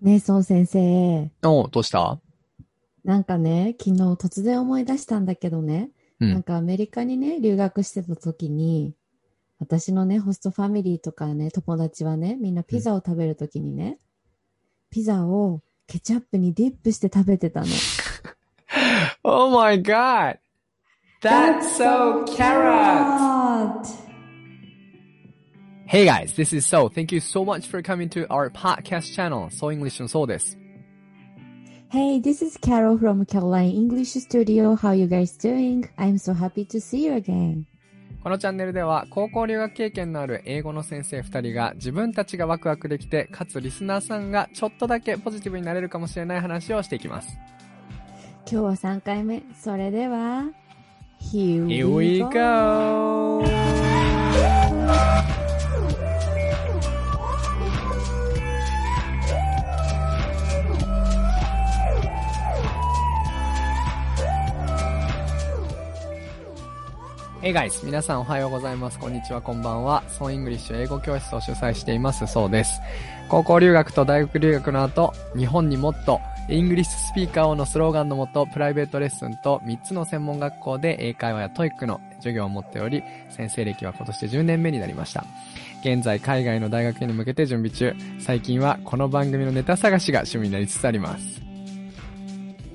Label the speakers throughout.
Speaker 1: ネイソン先生、
Speaker 2: おうどうした
Speaker 1: なんかね、昨日突然思い出したんだけどね、
Speaker 2: うん
Speaker 1: なんかアメリカにね、留学してた時に、私のね、ホストファミリーとかね、友達はね、みんなピザを食べる時にね、ピザをケチャップにディップして食べてたの。
Speaker 2: ?Oh my god! That's so carrot! Hey guys, this is So. Thank you so much for coming to our podcast channel, So English and So です。
Speaker 1: Hey, this is Carol from Caroline English Studio. How you guys doing? I'm so happy to see you again.
Speaker 2: このチャンネルでは高校留学経験のある英語の先生2人が自分たちがワクワクできて、かつリスナーさんがちょっとだけポジティブになれるかもしれない話をしていきます。
Speaker 1: 今日は3回目。それでは、Here
Speaker 2: Here we go! え guys! 皆さんおはようございます。こんにちは、こんばんは。ソンイングリッシュ英語教室を主催しています、そうです。高校留学と大学留学の後、日本にもっと、イングリッシュスピーカーをのスローガンのもと、プライベートレッスンと3つの専門学校で英会話やトイックの授業を持っており、先生歴は今年で10年目になりました。現在海外の大学に向けて準備中。最近はこの番組のネタ探しが趣味になりつつあります。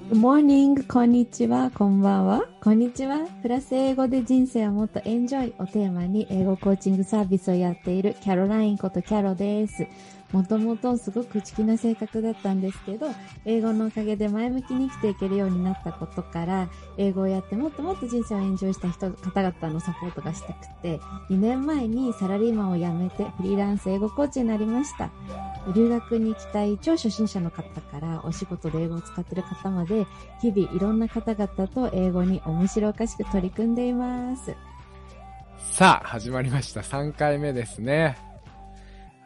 Speaker 1: Good morning! こんにちは、こんばんは。こんにちは。プラス英語で人生をもっとエンジョイをテーマに英語コーチングサービスをやっているキャロラインことキャロです。もともとすごく内気な性格だったんですけど、英語のおかげで前向きに生きていけるようになったことから、英語をやってもっともっと人生をエンジョイした人、方々のサポートがしたくて、2年前にサラリーマンを辞めてフリーランス英語コーチになりました。留学に行きたい超初心者の方からお仕事で英語を使っている方まで日々いろんな方々と英語に面白おかしく取り組んでいます。
Speaker 2: さあ、始まりました。3回目ですね。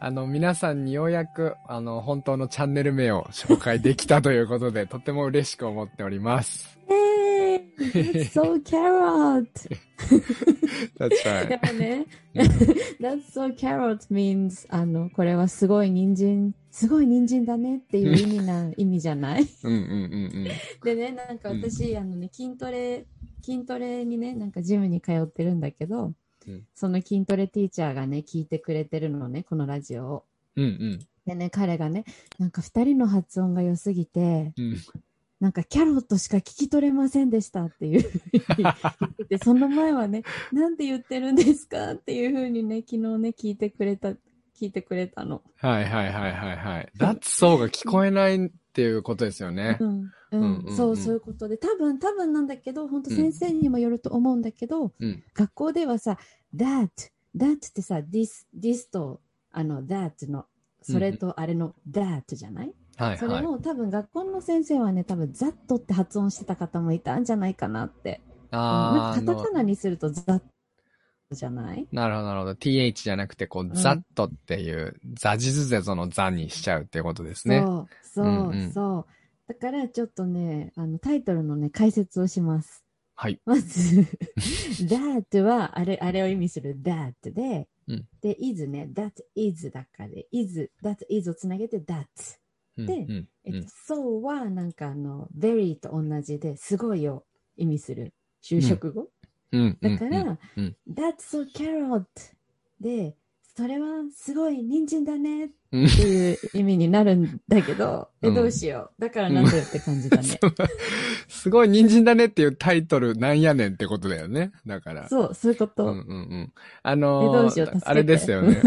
Speaker 2: あの、皆さんにようやく、あの、本当のチャンネル名を紹介できたということで、とても嬉しく思ってお ります。
Speaker 1: えー That's so carrot!
Speaker 2: That's right.
Speaker 1: やっぱね、That's so carrot means あの、これはすごい人参、すごい人参だねっていう意味な、意味じゃない
Speaker 2: うんうんうんうん。
Speaker 1: でね、なんか私、あのね、筋トレ、筋トレにね、なんかジムに通ってるんだけど、
Speaker 2: うん
Speaker 1: その筋トレティーチャーがね、聞いてくれてるのね、このラジオを。
Speaker 2: うん
Speaker 1: でね、彼がね、なんか二人の発音が良すぎて、
Speaker 2: うん。うん
Speaker 1: なんかキャロットしか聞き取れませんでしたっていう 言ってて、その前はね、なんて言ってるんですかっていうふうにね、昨日ね、聞いてくれた、聞いてくれたの。
Speaker 2: はいはいはいはいはい。That's so が聞こえないっていうことですよね
Speaker 1: う。ん、う
Speaker 2: うんうん
Speaker 1: ん
Speaker 2: うん
Speaker 1: そう、そういうことで、多分、多分なんだけど、本当
Speaker 2: うん
Speaker 1: 先生にもよると思うんだけど、
Speaker 2: うん
Speaker 1: 学校ではさ、that、that ってさ、this、this と、あの、that の、それとあれの that じゃない、
Speaker 2: はい
Speaker 1: それ
Speaker 2: はい。
Speaker 1: も多分学校の先生はね、多分ザットって発音してた方もいたんじゃないかなって。
Speaker 2: あ
Speaker 1: な
Speaker 2: ー
Speaker 1: んかカタカナにするとザットじゃない
Speaker 2: なるほど、なるほど。th じゃなくて、こう、
Speaker 1: ん
Speaker 2: ざっとっていう、ざじずぜぞのざにしちゃうっていうことですね。
Speaker 1: そう、そう、
Speaker 2: うんうん
Speaker 1: そう。だからちょっとね、あのタイトルのね、解説をします。
Speaker 2: はい。
Speaker 1: ま ず、that は、あれ、あれを意味する that で、
Speaker 2: うん
Speaker 1: で、is ね、that is だからで、is、that is をつなげて that。
Speaker 2: うん
Speaker 1: で
Speaker 2: うん
Speaker 1: えっと、so
Speaker 2: うん
Speaker 1: はなんかあの、very と同じで、すごいを意味する就職語。
Speaker 2: うんう
Speaker 1: だ
Speaker 2: ん
Speaker 1: から、
Speaker 2: うん
Speaker 1: that's so carrot で、それはすごい人参だねっ
Speaker 2: うん
Speaker 1: ていう意味になるんだけど、
Speaker 2: うん
Speaker 1: え、どうしよう。だからなんだよって感じだね。
Speaker 2: すごい人参だねっていうタイトルなんやねんってことだよね。だから。
Speaker 1: そう、そういうこ
Speaker 2: う
Speaker 1: と。
Speaker 2: んうんうん。あ
Speaker 1: えど
Speaker 2: の
Speaker 1: うしよう
Speaker 2: ー
Speaker 1: 助けて
Speaker 2: あれですよね。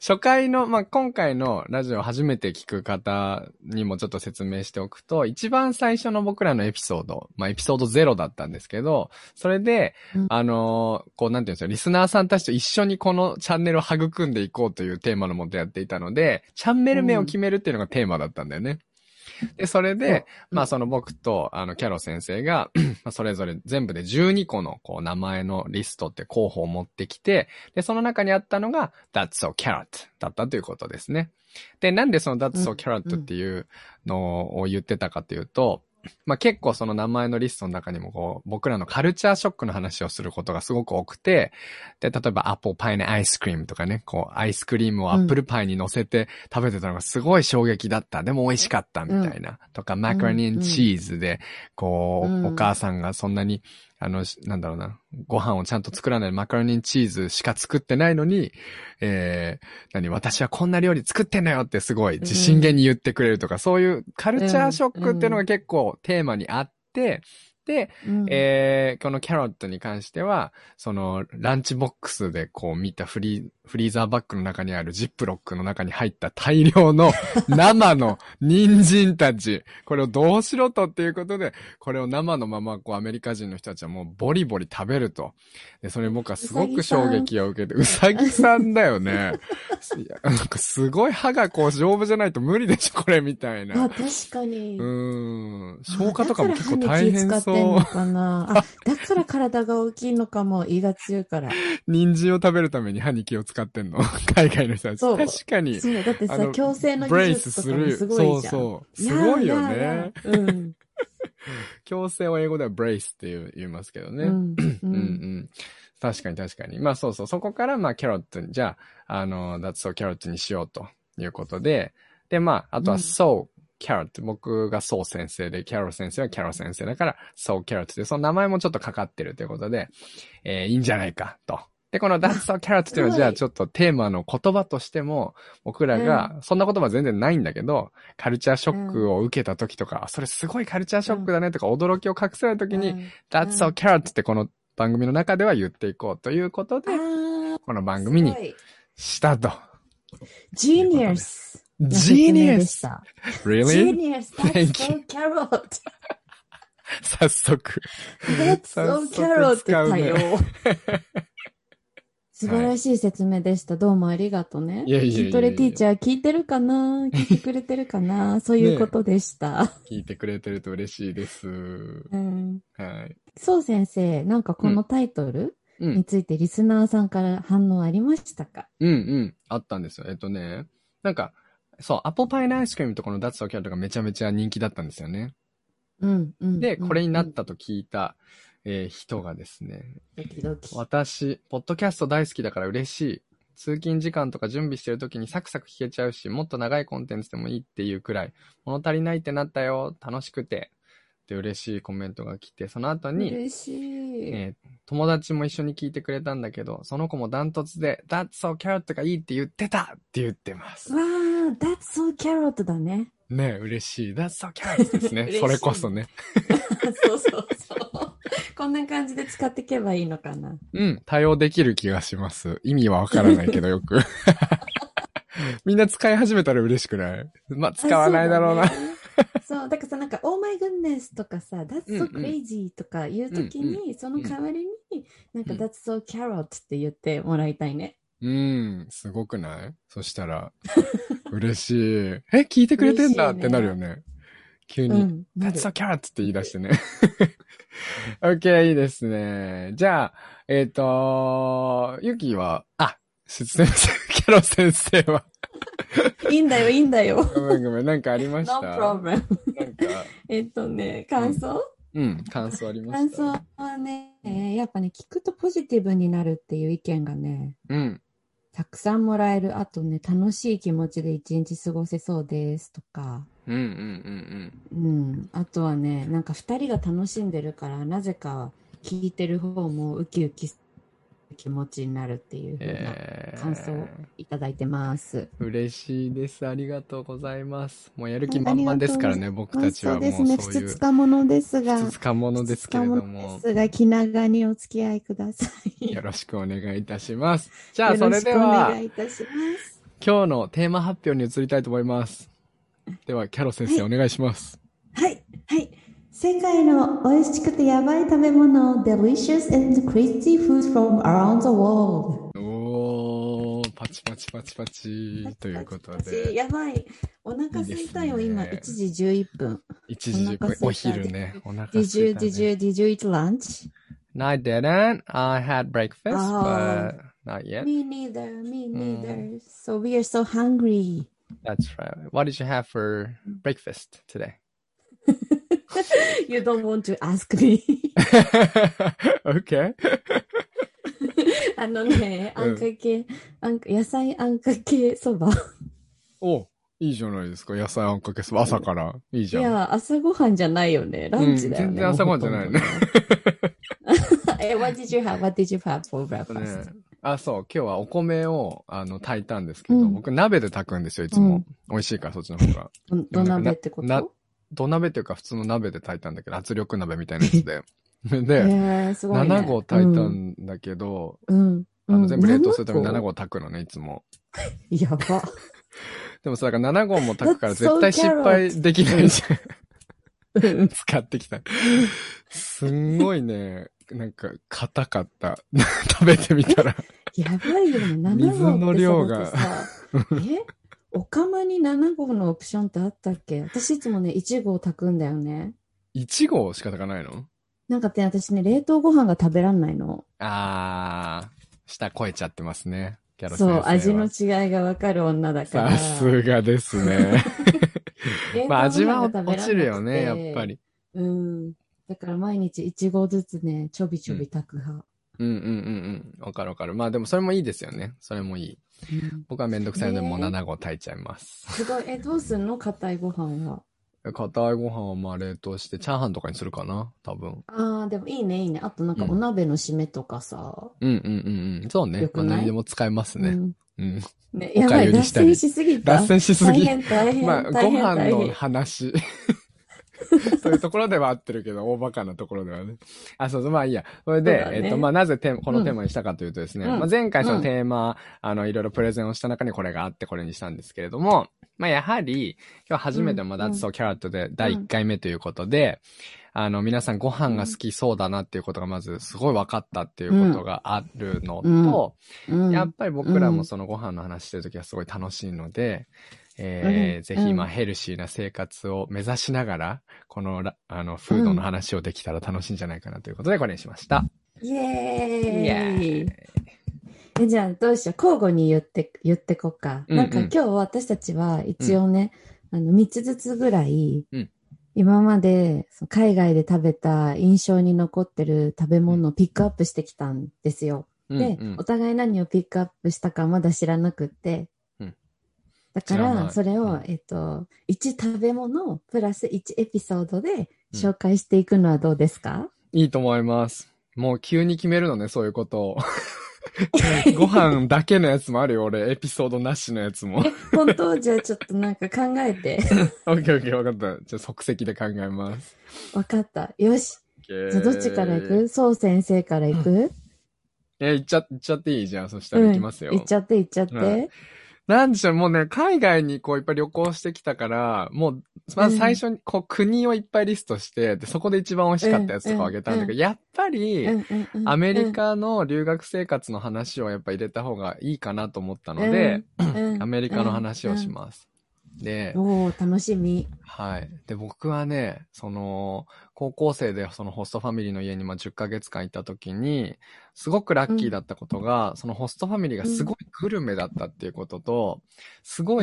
Speaker 2: 初回の、まあ、今回のラジオ初めて聞く方にもちょっと説明しておくと、一番最初の僕らのエピソード、まあ、エピソード0だったんですけど、それで、
Speaker 1: うん
Speaker 2: あのーこうなんていうんですか、リスナーさんたちと一緒にこのチャンネルを育んでいこうというテーマのもとやっていたので、チャンネル名を決めるっていうのがテーマだったんだよね。で、それで、
Speaker 1: うん
Speaker 2: まあその僕と、あの、キャロ先生が、まあそれぞれ全部で12個のこう名前のリストって候補を持ってきて、で、その中にあったのが That's so carrot だったということですね。で、なんでその That's so
Speaker 1: うん
Speaker 2: carrot っていうのを言ってたかというと、まあ結構その名前のリストの中にもこう、僕らのカルチャーショックの話をすることがすごく多くて、で、例えばアップルパイにアイスクリームとかね、こう、アイスクリームをアップルパイに乗せて食べてたのがすごい衝撃だった。でも美味しかったみたいな。とか、マカロニチーズで、こう、
Speaker 1: うん
Speaker 2: お母さんがそんなに、あの、しなんだろうな、ご飯をちゃんと作らないマカロニチーズしか作ってないのに、えー、何、私はこんな料理作ってんのよってすごい自信げに言ってくれるとか、そういうカルチャーショックっていうのが結構テーマにあって、で、
Speaker 1: うん
Speaker 2: えーこのキャロットに関しては、その、ランチボックスでこう見たフリー、フリーザーバッグの中にあるジップロックの中に入った大量 の生の人参たち。これをどうしろとっていうことで、これを生のままこうアメリカ人の人たちはもうボリボリ食べると。で、それ僕はすごく衝撃を受けて、うさぎさんだよね。いやなんかすごい歯がこう丈夫じゃないと無理でしょ、これみたいな。
Speaker 1: あ、確かに。
Speaker 2: うーん。
Speaker 1: あ
Speaker 2: 消化とかも結構大変
Speaker 1: だから歯に気使ってん
Speaker 2: そう
Speaker 1: の。かな。あ、だから体が大きいのかも、胃が強い から。
Speaker 2: 人参を食べるために歯に気を使ってんの。 海外の人たち。
Speaker 1: そう
Speaker 2: 確かに。
Speaker 1: そう、だって
Speaker 2: あ
Speaker 1: さ、
Speaker 2: の
Speaker 1: 矯正の
Speaker 2: ブ
Speaker 1: 技
Speaker 2: レイス
Speaker 1: 術
Speaker 2: す
Speaker 1: とかも
Speaker 2: る。
Speaker 1: す
Speaker 2: そ
Speaker 1: ごいうじゃん。
Speaker 2: そう。
Speaker 1: い
Speaker 2: す
Speaker 1: や
Speaker 2: ごいよ ね。。
Speaker 1: いやいやうん。
Speaker 2: 矯正を英語ではブレイスって言う言いますけどね。
Speaker 1: う
Speaker 2: うん、
Speaker 1: ん。う
Speaker 2: うん、うん
Speaker 1: ん。
Speaker 2: 確かに確かに。まあそうそう。そこからまあキャロットに、じゃあ、あの、脱走キャロットにしようということで。で、まあ、あ
Speaker 1: う
Speaker 2: とは
Speaker 1: ん
Speaker 2: そう、キャロット。僕がそう先生で、キャロ先生はキャロ先生だから、そうキャロットで、その名前もちょっとかかってるということで、えーいいんじゃないかと。で、このダンス・オキャラットっていうのは、
Speaker 1: はい
Speaker 2: じゃあちょっとテーマの言葉としても、僕らが、そんな言葉全然ないんだけど、カルチャーショックを受けた時とか、あそれすごいカルチャーショックだねとか、驚きを隠せない時に、
Speaker 1: うん、
Speaker 2: ダンス・オキャラットってこの番組の中では言っていこうということで、
Speaker 1: あ
Speaker 2: この
Speaker 1: あ、
Speaker 2: 番組に
Speaker 1: すごい。
Speaker 2: したと。
Speaker 1: ジーニアス。
Speaker 2: ジーニア ス
Speaker 1: Really?
Speaker 2: Really?
Speaker 1: Genius. That's
Speaker 2: Thank
Speaker 1: so carrot.
Speaker 2: 早速。
Speaker 1: That's so
Speaker 2: 早
Speaker 1: carrot.
Speaker 2: 速使うね
Speaker 1: だよ。素晴らしい説明でした。どうもありがとう ね。
Speaker 2: いやいやいやいや
Speaker 1: 筋トレティーチャー聞いてるかな聞いてくれてるか なそういうことでした。
Speaker 2: 聞いてくれてると嬉しいです。
Speaker 1: うん。
Speaker 2: はい。
Speaker 1: そう先生、なんかこのタイトル
Speaker 2: うん
Speaker 1: についてリスナーさんから反応ありましたか
Speaker 2: うんうん。あったんですよ。えっとね、なんか、そう、アポパイのアイスクリームとこのダッツオキャラとかめちゃめちゃ人気だったんですよね。
Speaker 1: うん。うん。
Speaker 2: で、
Speaker 1: うん
Speaker 2: これになっ。たと聞いた、えー人がですね、
Speaker 1: ドキドキ。
Speaker 2: 私、ポッドキャスト大好きだから嬉しい。通勤時間とか準備してる時にサクサク聞けちゃうし、もっと長いコンテンツでもいいっていうくらい、物足りないってなったよ、楽しくて、って嬉しいコメントが来て、その後に、
Speaker 1: 嬉しい。
Speaker 2: えー友達も一緒に聞いてくれたんだけど、その子もダントツで、That's so carrot がいいって言ってたって言ってます。
Speaker 1: わー、That's so carrot だね。
Speaker 2: ね嬉しい。That's so carrot ですね
Speaker 1: 嬉し。い
Speaker 2: それこそね。
Speaker 1: そうそうそう。こんな感じで使っていけばいいのかな。
Speaker 2: うん、対応できる気がします。意味はわからないけどよ く。みんな使い始めたら嬉しくないまあ、使わないだろうな。
Speaker 1: あ。そうだねそう、だからさ、なんか、Oh my goodness とかさ、That's
Speaker 2: うんうん
Speaker 1: so crazy とか言うときに、その代わりに、なんか、
Speaker 2: うん
Speaker 1: That's so carrot って言ってもらいたいね。
Speaker 2: うん、すごくないそしたら、嬉しい。え、聞いてくれてんだっ
Speaker 1: 嬉しいね
Speaker 2: てなるよね。急
Speaker 1: う
Speaker 2: に。
Speaker 1: ん。な
Speaker 2: That's
Speaker 1: る
Speaker 2: so carrot って言い出してね。OK, いいですね。じゃあ、えっ、と、ゆきは、あ、すすいません、キャロ先生は。
Speaker 1: いいんだよ、いいんだよ。
Speaker 2: ごめんごめん、なんかありまし
Speaker 1: No
Speaker 2: た。なんか、
Speaker 1: problem. えっとね、感想、
Speaker 2: うん、感想ありま
Speaker 1: 感
Speaker 2: した。
Speaker 1: 想はね、やっぱね、聞くとポジティブになるっていう意見がね、
Speaker 2: うん、
Speaker 1: たくさんもらえる。あとね、楽しい気持ちで一日過ごせそうですとか。
Speaker 2: うん、うん、うん、
Speaker 1: うん、あとはね、なんか2人が楽しんでるから、なぜか聞いてる方もウキウキする気持ちになるっていう
Speaker 2: うん。
Speaker 1: 風な、
Speaker 2: えー、
Speaker 1: 感想いただいてます。
Speaker 2: 嬉しいです。ありがとうございます。もうやる気満々ですからね、僕
Speaker 1: まあ
Speaker 2: たち
Speaker 1: そ
Speaker 2: は
Speaker 1: う
Speaker 2: も
Speaker 1: で
Speaker 2: う
Speaker 1: す
Speaker 2: そうい
Speaker 1: ね、
Speaker 2: う、
Speaker 1: ふつつかものですが、
Speaker 2: ふつかものですけれど
Speaker 1: ふつつか
Speaker 2: も
Speaker 1: ので。すが、気長にお付き合いください。
Speaker 2: よろしくお願いいたします。じゃ
Speaker 1: よ
Speaker 2: あ、そ
Speaker 1: ろ
Speaker 2: れ
Speaker 1: しく
Speaker 2: で
Speaker 1: お
Speaker 2: は
Speaker 1: 願、いいたします。
Speaker 2: 今日のテーマ発表に移りたいと思います。では、キャロ先生、
Speaker 1: は
Speaker 2: お願いします。
Speaker 1: はい、はい。世界の美味しくてやばい食べ物、Delicious and Crazy Food from Around the World。
Speaker 2: おー、パチパチパチパチ、ということ
Speaker 1: 私
Speaker 2: で、
Speaker 1: やばい。お腹すいたよ、
Speaker 2: いいです
Speaker 1: 今、
Speaker 2: ね
Speaker 1: 1時11分。
Speaker 2: 1時
Speaker 1: お
Speaker 2: 10
Speaker 1: 腹
Speaker 2: 分
Speaker 1: すい、た
Speaker 2: お昼ね、お腹空
Speaker 1: Did you,
Speaker 2: いた、ね。
Speaker 1: did you, did you eat lunch?
Speaker 2: No, I didn't. I had breakfast,
Speaker 1: あ
Speaker 2: but not yet.
Speaker 1: Me neither, me
Speaker 2: ん
Speaker 1: neither. So we are so hungry.
Speaker 2: That's right. What did you have for breakfast today?
Speaker 1: You don't want to ask me.
Speaker 2: okay.
Speaker 1: あのね、
Speaker 2: うん
Speaker 1: あんかけ、あんか野菜あんかけそば。
Speaker 2: おいいじゃないですか。野菜あんかけそば。朝から。いい
Speaker 1: い
Speaker 2: じゃん。
Speaker 1: や、朝ごはんじゃないよね。ランチだよね。
Speaker 2: うん全然朝ごはんじゃない
Speaker 1: も
Speaker 2: ね
Speaker 1: うほとんど。 え、What did you have? What did you have for
Speaker 2: あと ね
Speaker 1: breakfast?、
Speaker 2: あ、そう、今日はお米を、あの、炊いたんですけど、
Speaker 1: うん
Speaker 2: 僕鍋で炊くんですよ、いつも。
Speaker 1: うん
Speaker 2: 美味しいから、そっちの方が。
Speaker 1: ど土鍋ってこ
Speaker 2: な
Speaker 1: と
Speaker 2: 土鍋っていうか、普通の鍋で炊いたんだけど、圧力鍋みたいなやつ
Speaker 1: え
Speaker 2: で。で、
Speaker 1: ー、すごいね。
Speaker 2: 7合炊いたんだけど、
Speaker 1: うん。うん。
Speaker 2: あの、全部冷凍するために7
Speaker 1: 合。
Speaker 2: 合炊くのね、いつも。
Speaker 1: やば。
Speaker 2: でもさ、だから7合も炊くから
Speaker 1: That's so
Speaker 2: 絶対失敗できないじゃん。
Speaker 1: うん
Speaker 2: 使ってきた。すんごいね、なんか、硬かった。 食べてみたら。
Speaker 1: やばいよね。7合ってさ
Speaker 2: 水の量が
Speaker 1: だってさえお釜に7合のオプションってあったっけ私いつもね、1合炊くんだよね。
Speaker 2: 1合しか炊かないの
Speaker 1: なんかって私ね、冷凍ご飯が食べらんないの。
Speaker 2: あー、舌超えちゃってますね。キャロ先生
Speaker 1: そう
Speaker 2: は、
Speaker 1: 味の違いがわかる女だから。
Speaker 2: さすがで すね。
Speaker 1: 冷凍ご飯が食べらんなくて
Speaker 2: まあ味は落ちるよね、やっぱ。り。
Speaker 1: うん。だから毎日1合ずつね、ちょびちょび炊く派。
Speaker 2: うんうんうんうん。わかるわかる。まあでもそれもいいですよね。それもいい。
Speaker 1: うん
Speaker 2: 僕はめんどくさいので
Speaker 1: ねえ
Speaker 2: もう7号炊いちゃいます。
Speaker 1: すごい。え、どうすんの硬いご飯は。
Speaker 2: 硬いご飯はまあ冷凍して、チャーハンとかにするかな多分。
Speaker 1: ああ、でもいいね、いいね。あとなんか
Speaker 2: うん
Speaker 1: お鍋の締めとかさ。
Speaker 2: うんうんうんうん。そうね
Speaker 1: よ。
Speaker 2: ま
Speaker 1: く
Speaker 2: あ
Speaker 1: ない
Speaker 2: 何でも使えますね。
Speaker 1: うん
Speaker 2: うん。
Speaker 1: ね、
Speaker 2: お
Speaker 1: やば
Speaker 2: 粥
Speaker 1: い、
Speaker 2: に
Speaker 1: 脱
Speaker 2: したり
Speaker 1: 線しすぎた。
Speaker 2: 脱線しすぎ
Speaker 1: 大。変、大変。
Speaker 2: まあ、
Speaker 1: 大
Speaker 2: ご
Speaker 1: 変
Speaker 2: 飯
Speaker 1: 大
Speaker 2: の
Speaker 1: 変
Speaker 2: 話。 そういうところでは合ってるけど、大バカなところではね。あ、そうそう、まあいいや。それで、
Speaker 1: そうだね
Speaker 2: えっと、まあなぜテーマこのテーマにしたかというとですね、
Speaker 1: うん
Speaker 2: まあ、前回その
Speaker 1: うん
Speaker 2: テーマ、あの、いろいろプレゼンをした中にこれがあってこれにしたんですけれども、まあやはり、今日初めて
Speaker 1: うん
Speaker 2: まだそうキャラットで第1回目ということで、あの、皆さんご飯が好きそうだなっていうことがまずすごい分かったっていうことがあるのと、
Speaker 1: うん
Speaker 2: やっぱり僕らもそのご飯の話してるときはすごい楽しいので、えー
Speaker 1: うん
Speaker 2: ぜひ今
Speaker 1: うん
Speaker 2: ヘルシーな生活を目指しながら、このラあの、フードの話をできたら楽しいんじゃないかなということでこれにしました。
Speaker 1: イエーイ
Speaker 2: イエ
Speaker 1: えじゃあどうしよう交互に言って言ってこっか、
Speaker 2: うんうん
Speaker 1: なんか今日私たちは一応ね、あの3つずつぐらい、
Speaker 2: うん
Speaker 1: 今までその海外で食べた印象に残ってる食べ物をピックアップしてきたんですよ、
Speaker 2: うん
Speaker 1: で、
Speaker 2: うん
Speaker 1: お互い何をピックアップしたかまだ知らなくって、
Speaker 2: うん
Speaker 1: だか
Speaker 2: 知らない
Speaker 1: らそれ
Speaker 2: う
Speaker 1: を
Speaker 2: ん、
Speaker 1: えっと1食べ物プラス1エピソードで紹介していくのはどうです か、
Speaker 2: いいと思います。もう急に決めるのね、そういうこと を。ご飯だけのやつもあるよ、俺。エピソードなしのやつも。
Speaker 1: 本当じゃあちょっとなんか考えて。
Speaker 2: オッケーオッケー、わかった。じゃあ即席で考えます。
Speaker 1: わかった。よし。じゃあどっちから行くそう先生から行く
Speaker 2: えー、行っちゃ、行っちゃっていいじゃん。そした
Speaker 1: う
Speaker 2: ら
Speaker 1: ん。
Speaker 2: 行きますよ。
Speaker 1: 行っちゃって行っちゃっ
Speaker 2: はい
Speaker 1: て。
Speaker 2: なんでしょう、もうね、海外にこういっぱい旅行してきたから、もう、まず最初にこう国をいっぱいリストして、で、そこで一番美味しかったやつとかをあげたんだけど、
Speaker 1: うん
Speaker 2: やっぱ
Speaker 1: うん
Speaker 2: り、
Speaker 1: うんうん
Speaker 2: アメリカの留学生活の話をやっぱ入れた方がいいかなと思ったので、 アメリカの話をします。で
Speaker 1: う、んおお楽しみ。
Speaker 2: はい。で、僕はね、その、高校生でそのホストファミリーの家にまあ10ヶ月間いた時に、すごくラッキーだったことが、そのホストファミリーがすごいグルメだったっていうことと、すご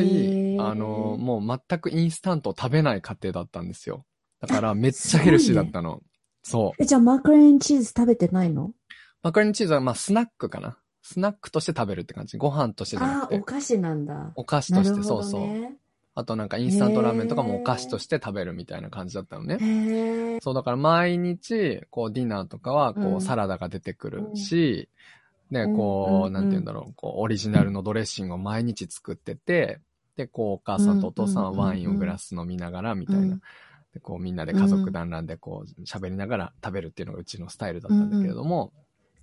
Speaker 1: へ、
Speaker 2: い
Speaker 1: ー
Speaker 2: あの、もう全くインスタントを食べない家庭だったんですよ。だからめっちゃヘルシーだったの。そう。
Speaker 1: え、じゃあマカロニチーズ食べてないの
Speaker 2: マカロニチーズはまあスナックかな。スナックとして食べるって感じ。ご飯としてじゃな
Speaker 1: あ
Speaker 2: く
Speaker 1: あー、お
Speaker 2: て。
Speaker 1: 菓子なんだ。
Speaker 2: お菓子
Speaker 1: な
Speaker 2: と
Speaker 1: るほ
Speaker 2: して、
Speaker 1: ど
Speaker 2: そうそう。
Speaker 1: ね。
Speaker 2: あとなんかインスタントラーメンとかもお菓子として食べるみたいな感じだったのね。
Speaker 1: へえ。
Speaker 2: そう、だから毎日、こう、ディナーとかは、こ
Speaker 1: う
Speaker 2: う、
Speaker 1: ん
Speaker 2: サラダが出てくるし、ね、
Speaker 1: うん
Speaker 2: こ
Speaker 1: うん
Speaker 2: う、
Speaker 1: うん
Speaker 2: なんて言うんだろう、こう、オリジナルのドレッシングを毎日作ってて、で、こう、お母さんとお父さんはワインをグラス飲みながら、みたい
Speaker 1: うんう。
Speaker 2: なんで、こう、みんなで家族団らんで、こう、喋りながら食べるっていうのがうちのスタイルだったんだけれども、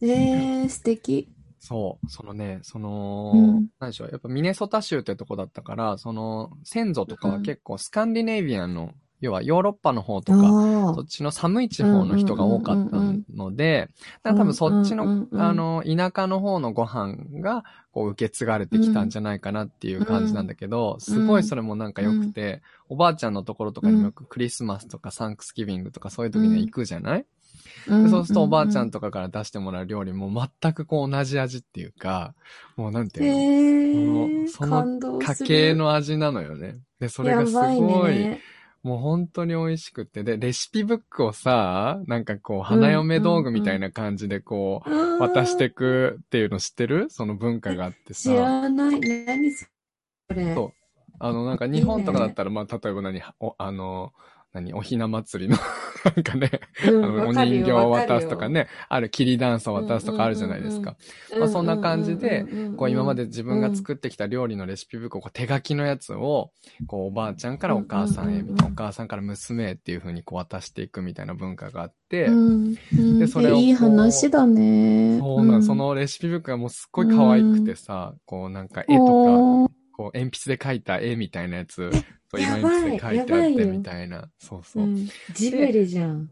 Speaker 1: えー、素敵。
Speaker 2: そう、そのね、その、
Speaker 1: うん
Speaker 2: なんでしょう、やっぱミネソタ州ってとこだったから、その、先祖とかは結構スカンディネイビアの、要はヨーロッパの方とか、
Speaker 1: あ
Speaker 2: そ
Speaker 1: ー
Speaker 2: っちの寒い地方の人が多かったので、だから多分そっち
Speaker 1: うんうん
Speaker 2: の
Speaker 1: うん、うん
Speaker 2: あの、田舎の方のご飯が、こう、受け継がれてきたんじゃないかなっていう感じなんだけど、すごいそれもなんか良くて、おばあちゃんのところとかにもよくクリスマスとかサンクスギビングとかそういう時には行くじゃない、でそうするとおばあちゃんとかから出してもらう料理も全くこう同じ味っていうか、もうなんて
Speaker 1: へ
Speaker 2: いうの、
Speaker 1: え
Speaker 2: その
Speaker 1: 感動
Speaker 2: 家
Speaker 1: する。
Speaker 2: 系の味なのよね。で、それがす
Speaker 1: やばい
Speaker 2: ごい
Speaker 1: ね。
Speaker 2: もう本当に美味しくて。で、レシピブックをさ、なんかこう、花嫁道具みたいな感じでこう、渡してくっていうの知ってるその文化があって
Speaker 1: 知
Speaker 2: さ。
Speaker 1: らない。何それ。
Speaker 2: そうあの、なんか日本とかだったら、まあ、例えば何、お、あの、何、おひな祭りの、 なんかね、
Speaker 1: う
Speaker 2: あ
Speaker 1: んわ
Speaker 2: の、お
Speaker 1: かる
Speaker 2: 人
Speaker 1: よ
Speaker 2: 形を渡すとか。
Speaker 1: わ
Speaker 2: ね、ある、霧ダンスを渡すと
Speaker 1: うんうんうんう
Speaker 2: か
Speaker 1: ん
Speaker 2: あるじゃないですか。
Speaker 1: かる
Speaker 2: ま
Speaker 1: よ
Speaker 2: あそんな感じで、
Speaker 1: うんうんうん
Speaker 2: こう今まで自分が作ってきた料理のレシピブックをこう手書きのやつを、こうおばあちゃんからお母さんへ、
Speaker 1: うんうんうん
Speaker 2: みたいなお母さんから娘へっていう風にこう渡していくみたいな文化があって、
Speaker 1: うんうん
Speaker 2: でそれをこう
Speaker 1: えいい話だね。
Speaker 2: そうなん、
Speaker 1: ん
Speaker 2: そのレシピブックがもうすっごい可愛くてさ、こうなんか絵とか、
Speaker 1: おー
Speaker 2: こう鉛筆で描いた絵みたいなやつ、と
Speaker 1: やば
Speaker 2: 今
Speaker 1: い
Speaker 2: 鉛筆で描いてあっ
Speaker 1: やば
Speaker 2: て
Speaker 1: いよ
Speaker 2: みたいな、そうそうう。
Speaker 1: んジブリじゃん。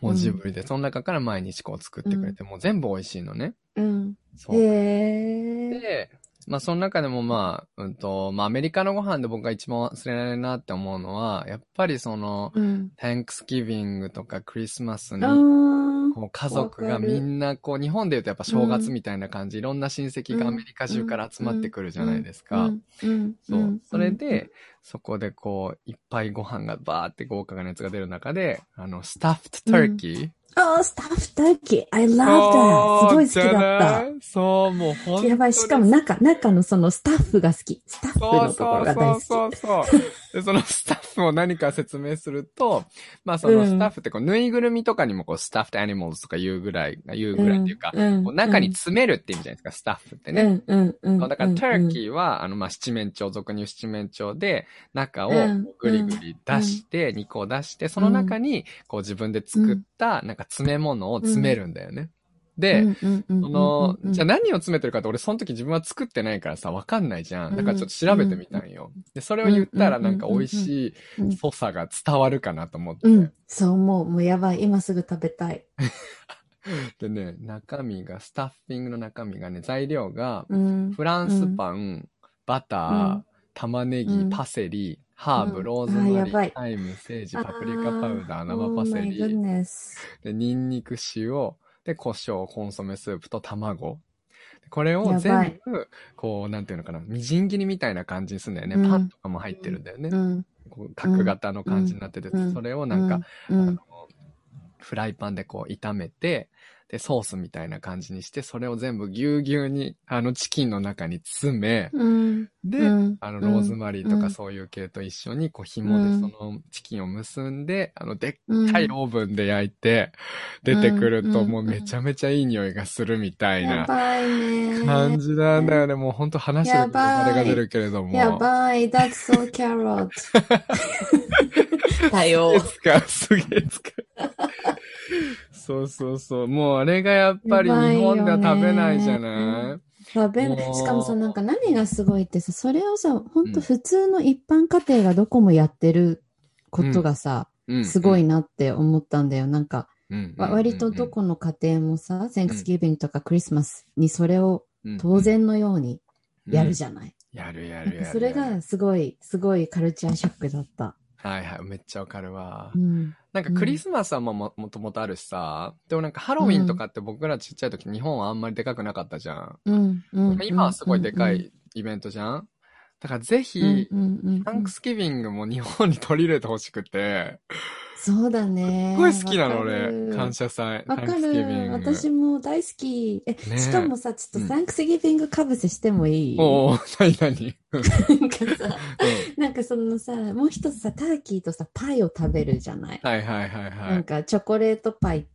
Speaker 2: もうジブリで、その中から毎日こう作ってくれて、もう全部美味しいのね。
Speaker 1: うん。
Speaker 2: そう。
Speaker 1: へえ。
Speaker 2: で、まあその中でもまあ、うんと、まあアメリカのご飯で僕が一番忘れられないなって思うのは、やっぱりその、
Speaker 1: うん。
Speaker 2: Thanksgiving とかクリスマス
Speaker 1: あ
Speaker 2: に、
Speaker 1: ー
Speaker 2: こう家族
Speaker 1: わ
Speaker 2: が
Speaker 1: かる
Speaker 2: みんなこう日本で言うとやっぱ正月みたいな感じ、いろんな親戚がアメリカ中から集まってくるじゃないですか。
Speaker 1: うんうん。
Speaker 2: そううんそれで、そこでこう、いっぱいご飯がバーって豪華なやつが出る中で、あの、スタッフ d
Speaker 1: う
Speaker 2: turkey
Speaker 1: んあー、スタッフターキー。I love that. すごい好きだった。
Speaker 2: た。そう、もう本当に。
Speaker 1: やばい、しかも中、中のそのスタッフが好き。スタッフ
Speaker 2: そ
Speaker 1: の
Speaker 2: う
Speaker 1: とこ
Speaker 2: そ
Speaker 1: ろ
Speaker 2: う
Speaker 1: が大
Speaker 2: そ
Speaker 1: 好
Speaker 2: う
Speaker 1: き。
Speaker 2: そうそう。で、そのスタッフを何か説明すると、まあその
Speaker 1: うん
Speaker 2: スタッフってこう、ぬいぐるみとかにもこう、スタッフ d animals とか言うぐらい、言うぐらいっていうか、
Speaker 1: ん
Speaker 2: こう中に詰めるって意味じゃないですか、スタッフってね。
Speaker 1: うんうんうん
Speaker 2: そうだから、ターキ
Speaker 1: ー。
Speaker 2: ーは、あの、まあ、七面鳥、俗に言う七面鳥で、中を
Speaker 1: うん
Speaker 2: ぐりぐり出して、肉を出して、その中に、こう自分で作った、なんか詰め物を詰めるんだよね。で、
Speaker 1: うんうんうん
Speaker 2: その、じゃあ
Speaker 1: あ、
Speaker 2: 何を詰めてるかって俺その時自分は作ってないからさ、わかんないじゃん。だからちょっと調べてみたんよ。で、それを言ったらなんか美味し
Speaker 1: うんうんうんう
Speaker 2: い
Speaker 1: ん
Speaker 2: 素さが伝わるかなと思って。
Speaker 1: うん、そう思う。もうやばい。今すぐ食べたい。
Speaker 2: でね、中身が、スタッフィングの中身がね、材料が、
Speaker 1: うん。
Speaker 2: フランスパン、バター、
Speaker 1: うん
Speaker 2: 玉ねぎ、
Speaker 1: うん
Speaker 2: パセリ、ハーブ、
Speaker 1: うん
Speaker 2: ローズマ
Speaker 1: あー
Speaker 2: リ
Speaker 1: やば
Speaker 2: ー、
Speaker 1: い
Speaker 2: タイム、セージ、パプリカパウダー、生パセリ、
Speaker 1: Oh my goodness.
Speaker 2: で、ニンニク塩、で、胡椒、コンソメスープと卵。これを
Speaker 1: やばい
Speaker 2: 全部、こう、なんていうのかな、みじん切りみたいな感じにするんだよね。
Speaker 1: うん
Speaker 2: パンとかも入ってるんだよね。
Speaker 1: うん。
Speaker 2: こう角型の感じになってて、
Speaker 1: うん
Speaker 2: それをなんか、
Speaker 1: う
Speaker 2: あの
Speaker 1: ん。
Speaker 2: フライパンでこう炒めて、で、ソースみたいな感じにして、それを全部ぎゅうぎゅうに、あの、チキンの中に詰め、
Speaker 1: うん。
Speaker 2: で、
Speaker 1: うん
Speaker 2: あの、ローズマリーと
Speaker 1: う
Speaker 2: か
Speaker 1: ん
Speaker 2: そういう系と一緒に、こう、紐で
Speaker 1: うん
Speaker 2: そのチキンを結んで、あの、でっかいオーブンで焼いて、出てくると
Speaker 1: うん
Speaker 2: もうめちゃめちゃいい匂いがするみたい
Speaker 1: や
Speaker 2: な
Speaker 1: ばい
Speaker 2: 感
Speaker 1: ね。
Speaker 2: じなんだよね。もうほんと話してるとあれが出るけれども。
Speaker 1: やばい。That's so carrot. だよ
Speaker 2: すげえ。使う、すげえ使う。そうそうそう。もうあれがやっぱり日本では食べないじゃない
Speaker 1: 食べな
Speaker 2: もう
Speaker 1: しかもさ、なんか何がすごいってさ、それをさ、ほんと普通の一般家庭がどこもやってることがさ、
Speaker 2: うん
Speaker 1: すごい、なって思ったんだよ。なんか、
Speaker 2: うん
Speaker 1: わ割とど、この家庭もさ、センクスギビングとかクリスマスにそれを当然のようにやるじ
Speaker 2: ゃ
Speaker 1: ゃない。
Speaker 2: ん。やるや
Speaker 1: なん
Speaker 2: るや
Speaker 1: か
Speaker 2: る。
Speaker 1: それがすごい、すごいカルチャーショックだった。
Speaker 2: はいはい、めっちゃわかるわ
Speaker 1: う。ん。
Speaker 2: なんかクリスマスはもももともとあるしさ、でもなんかハロウィンとかって僕らちっちゃい時日本はあんまりでかくなかったじゃん。
Speaker 1: うん。うん
Speaker 2: 今はすごいでか。いイベントじゃんだからぜ
Speaker 1: うんうん
Speaker 2: ひ、
Speaker 1: うんうんうん
Speaker 2: タンクスギビングも日本に取り入れてほしくて、
Speaker 1: そうだね。
Speaker 2: すごい好きなの
Speaker 1: わかる
Speaker 2: 俺、感謝祭、
Speaker 1: わ
Speaker 2: タン
Speaker 1: か
Speaker 2: クスギビン
Speaker 1: る。
Speaker 2: グ。
Speaker 1: 私も大好き。え、
Speaker 2: ねえ
Speaker 1: しかもさ、ちょっ
Speaker 2: うん
Speaker 1: とサンクスギビングかぶせしてもいい、
Speaker 2: おー、な になに
Speaker 1: なんかさ、なんかそのさ、もう一つさ、ターキーとさ、パイを食べるじゃない、
Speaker 2: はいはいはいは
Speaker 1: なん
Speaker 2: い。
Speaker 1: かチョコレートパイ